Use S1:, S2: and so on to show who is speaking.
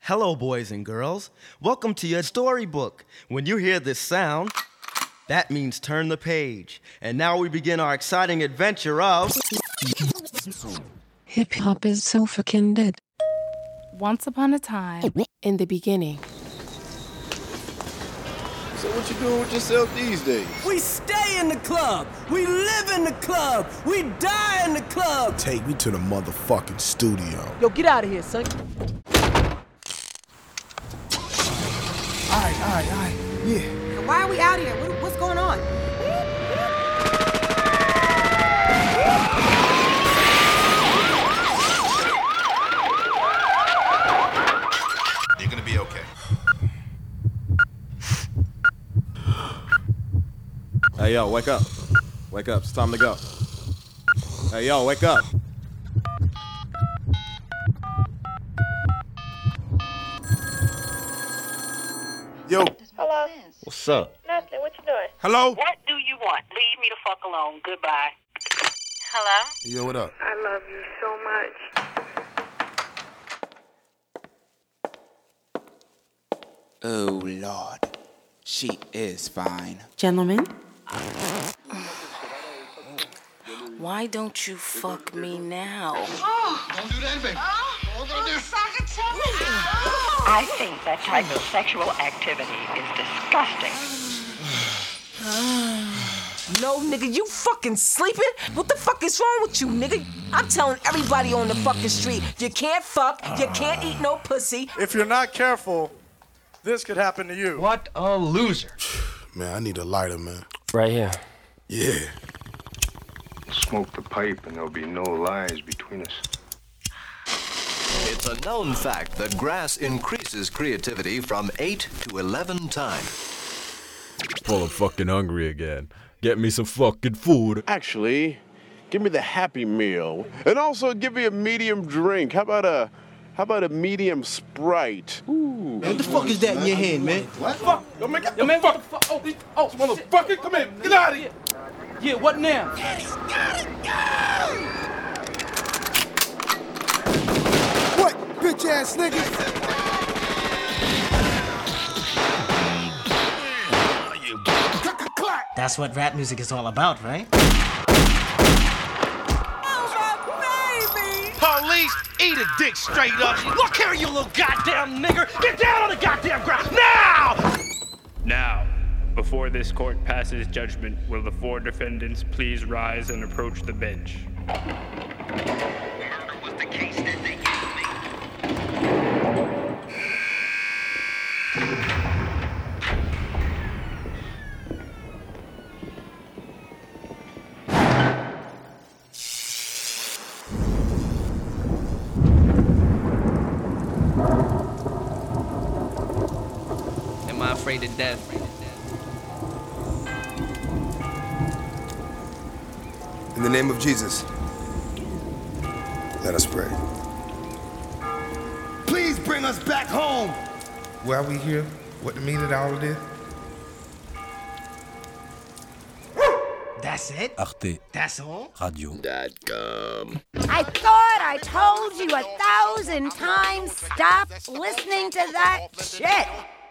S1: Hello, boys and girls. Welcome to your storybook. When you hear this sound, that means turn the page. And now we begin our exciting adventure of.
S2: Hip hop is so fucking dead.
S3: Once upon a time,
S4: In the beginning,
S5: So what you doing with yourself these days?
S6: We stay in the club. We live in the club. We die in the club.
S7: Take me to the motherfucking studio.
S6: Yo, get out of here, son.
S8: Why are we out here? What, what's going on?
S5: You're gonna be okay.
S9: Hey yo, wake up. Wake up, it's time to go. Hey yo, wake up.
S5: Yo,
S10: Hello.
S9: What's up?
S10: Nothing. What you doing?
S5: hello.
S10: What do you want? Leave me the fuck alone. Goodbye. Hello.
S5: Yo, what up?
S10: I love you so much.
S11: Oh Lord, she is fine.
S4: gentlemen. Why don't you fuck me now?
S10: I think that type of sexual activity is disgusting.
S8: No, nigga, you fucking sleeping? What the fuck is wrong with you, nigga? I'm telling everybody on the fucking street, you can't fuck, you can't eat no pussy.
S9: If you're not careful, this could happen to you.
S6: What a loser.
S7: Man, I need a lighter, man.
S6: Right here.
S7: Yeah.
S9: Smoke the pipe and there'll be no lies between us.
S12: It's a known fact that grass increases creativity from 8 to 11 times.
S9: Full of fucking hungry again. Get me some fucking food.
S5: Actually, give me the happy meal. And also give me a medium drink. How about a how about a medium sprite?
S6: What the fuck is that in your hand, man? What? Fuck. Yo, man, get the fuck. Oh, this- oh, motherfucker, come here. Get out of here. Yeah, what now?
S7: What, bitch ass nigga?
S6: That's what rap music is all about, right? Police, eat a dick straight up. Look here, you little goddamn nigger. Get down on the goddamn ground now!
S10: Now, before this court passes judgment, will the four defendants please rise and approach the bench?
S6: Am I afraid of death?
S7: In the name of Jesus, let us pray. Please bring us back home. Why are we here? What the meaning of all of this?
S6: That's it?
S9: Arte
S6: That's all?
S9: Radio.
S8: I thought I told you a thousand times, stop listening to that shit.